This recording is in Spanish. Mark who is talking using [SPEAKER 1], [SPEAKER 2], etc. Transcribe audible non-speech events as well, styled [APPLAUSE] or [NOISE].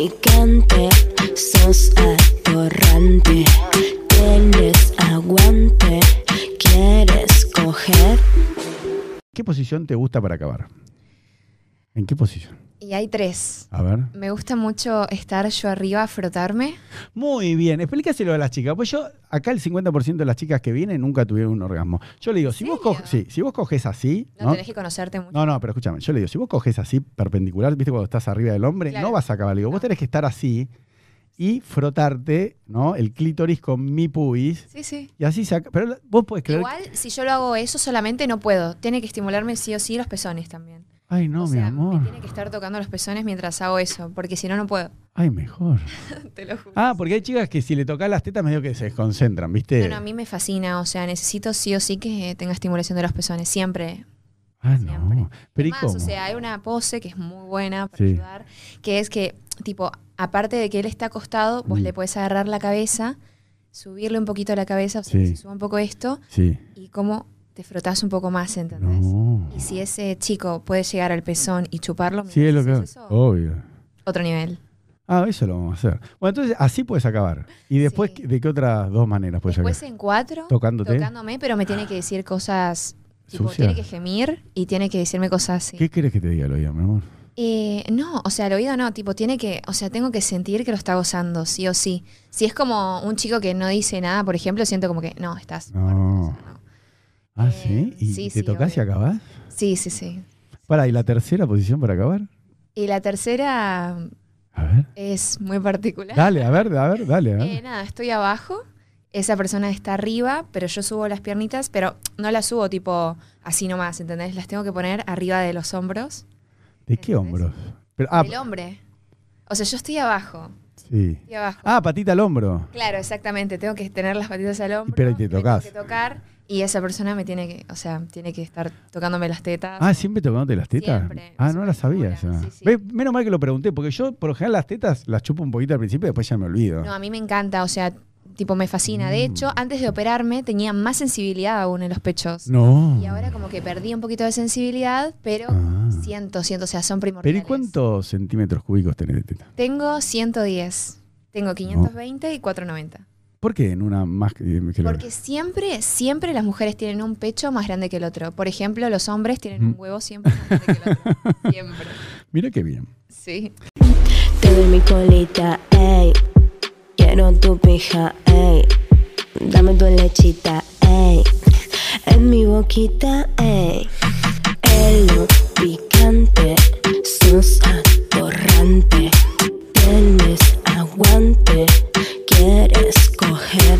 [SPEAKER 1] atorrante, sos atorrante. Tienes aguante, quieres coger.
[SPEAKER 2] ¿Qué posición te gusta para acabar? ¿En qué posición?
[SPEAKER 3] Y hay tres.
[SPEAKER 2] A ver.
[SPEAKER 3] Me gusta mucho estar yo arriba, frotarme.
[SPEAKER 2] Muy bien, explícaselo a las chicas. Pues yo, acá el 50% de las chicas que vienen nunca tuvieron un orgasmo. Yo le digo, si vos,
[SPEAKER 3] serio?
[SPEAKER 2] coges si vos coges así,
[SPEAKER 3] No,
[SPEAKER 2] ¿no?
[SPEAKER 3] tenés que conocerte mucho.
[SPEAKER 2] No, no, pero escúchame, yo le digo, si vos coges así perpendicular, viste cuando estás arriba del hombre,
[SPEAKER 3] Claro.
[SPEAKER 2] no vas a acabar. Le digo, vos
[SPEAKER 3] No.
[SPEAKER 2] tenés que estar así y frotarte, ¿no? El clítoris con mi pubis.
[SPEAKER 3] Sí, sí.
[SPEAKER 2] Y así saca. Pero la- vos podés creer.
[SPEAKER 3] Igual, si yo lo hago eso solamente, no puedo. Tiene que estimularme sí o sí los pezones también.
[SPEAKER 2] Ay, no,
[SPEAKER 3] o sea,
[SPEAKER 2] mi amor.
[SPEAKER 3] Me tiene que estar tocando los pezones mientras hago eso, porque si no, no puedo.
[SPEAKER 2] Ay, mejor.
[SPEAKER 3] [LAUGHS] Te lo juro.
[SPEAKER 2] Ah, porque hay chicas que si le tocas las tetas medio que se desconcentran, ¿viste?
[SPEAKER 3] No, no, a mí me fascina. O sea, necesito sí o sí que tenga estimulación de los pezones, siempre.
[SPEAKER 2] ah, no.
[SPEAKER 3] siempre.
[SPEAKER 2] Pero ¿y
[SPEAKER 3] Además,
[SPEAKER 2] cómo?
[SPEAKER 3] o sea, hay una pose que es muy buena para
[SPEAKER 2] Sí.
[SPEAKER 3] ayudar, que es que, tipo, aparte de que él está acostado, vos
[SPEAKER 2] Mm.
[SPEAKER 3] le puedes agarrar la cabeza, subirle un poquito la cabeza, o sea,
[SPEAKER 2] Sí.
[SPEAKER 3] que se suba un poco esto,
[SPEAKER 2] sí.
[SPEAKER 3] y cómo te frotás un poco más, ¿entendés?
[SPEAKER 2] No.
[SPEAKER 3] Y si ese chico puede llegar al pezón y chuparlo,
[SPEAKER 2] Sí, es lo que.
[SPEAKER 3] mientras haces eso,
[SPEAKER 2] Obvio.
[SPEAKER 3] otro nivel.
[SPEAKER 2] Ah, eso lo vamos a hacer. Bueno, entonces así puedes acabar. ¿Y después
[SPEAKER 3] Sí.
[SPEAKER 2] de qué otras dos maneras puedes
[SPEAKER 3] Después
[SPEAKER 2] acabar?
[SPEAKER 3] en cuatro,
[SPEAKER 2] Pues Tocándote.
[SPEAKER 3] tocándome, pero me tiene que decir cosas, tipo,
[SPEAKER 2] Sucias.
[SPEAKER 3] tiene que gemir y tiene que decirme cosas así.
[SPEAKER 2] ¿Qué querés que te diga, Loida, mi amor?
[SPEAKER 3] Eh, no, o sea, al oído no, tipo, tiene que, o sea, tengo que sentir que lo está gozando, sí o sí. Si es como un chico que no dice nada, por ejemplo, siento como que, no, estás...
[SPEAKER 2] No.
[SPEAKER 3] muerto", o sea, no.
[SPEAKER 2] Ah,
[SPEAKER 3] Eh,
[SPEAKER 2] sí. ¿Y
[SPEAKER 3] sí,
[SPEAKER 2] te
[SPEAKER 3] sí,
[SPEAKER 2] tocas y
[SPEAKER 3] obvio.
[SPEAKER 2] acabás?
[SPEAKER 3] Sí, sí, sí.
[SPEAKER 2] Para, ¿y la tercera posición para acabar?
[SPEAKER 3] Y la tercera
[SPEAKER 2] A
[SPEAKER 3] [LAUGHS]
[SPEAKER 2] ver.
[SPEAKER 3] es muy particular.
[SPEAKER 2] Dale, a ver, a ver, dale. A ver.
[SPEAKER 3] Eh, nada, estoy abajo, esa persona está arriba, pero yo subo las piernitas, pero no las subo tipo así nomás, ¿entendés? Las tengo que poner arriba de los hombros
[SPEAKER 2] ¿De qué
[SPEAKER 3] ¿entendés?
[SPEAKER 2] hombros? Pero, ah,
[SPEAKER 3] del hombre. O sea, yo estoy abajo,
[SPEAKER 2] sí.
[SPEAKER 3] estoy abajo.
[SPEAKER 2] Ah, patita al hombro.
[SPEAKER 3] Claro, exactamente. Tengo que tener las patitas al hombro.
[SPEAKER 2] pero ahí te
[SPEAKER 3] me tengo
[SPEAKER 2] tocás.
[SPEAKER 3] que tocar y esa persona me tiene que, o sea, tiene que estar tocándome las tetas.
[SPEAKER 2] Ah, siempre tocándote las tetas.
[SPEAKER 3] Siempre,
[SPEAKER 2] Ah,
[SPEAKER 3] es
[SPEAKER 2] no
[SPEAKER 3] una
[SPEAKER 2] la sabía
[SPEAKER 3] locura,
[SPEAKER 2] esa.
[SPEAKER 3] sí, sí.
[SPEAKER 2] Ve, Menos mal que lo pregunté, porque yo por lo general las tetas las chupo un poquito al principio y después ya me olvido.
[SPEAKER 3] No, a mí me encanta, o sea, tipo me fascina.
[SPEAKER 2] Mm.
[SPEAKER 3] De hecho, antes de operarme tenía más sensibilidad aún en los pechos.
[SPEAKER 2] No.
[SPEAKER 3] Y ahora como que perdí un poquito de sensibilidad, pero
[SPEAKER 2] Ah.
[SPEAKER 3] siento, siento, o sea, son
[SPEAKER 2] Pero
[SPEAKER 3] primordiales.
[SPEAKER 2] ¿y cuántos centímetros cúbicos tenés de teta?
[SPEAKER 3] Tengo 110. Tengo 520 y 490.
[SPEAKER 2] ¿Por qué en una más que, que la
[SPEAKER 3] Porque siempre, siempre las mujeres tienen un pecho más grande que el otro. Por ejemplo, los hombres tienen un
[SPEAKER 2] Mm.
[SPEAKER 3] huevo siempre más grande que el
[SPEAKER 2] [LAUGHS]
[SPEAKER 3] otro. Siempre.
[SPEAKER 2] Mira qué bien.
[SPEAKER 3] Sí.
[SPEAKER 1] Te doy mi colita, ey. Quiero tu pija, ey. Dame tu lechita, ey. En mi boquita, ey. Elo picante, sos atorrante. Tienes aguante, quieres coger.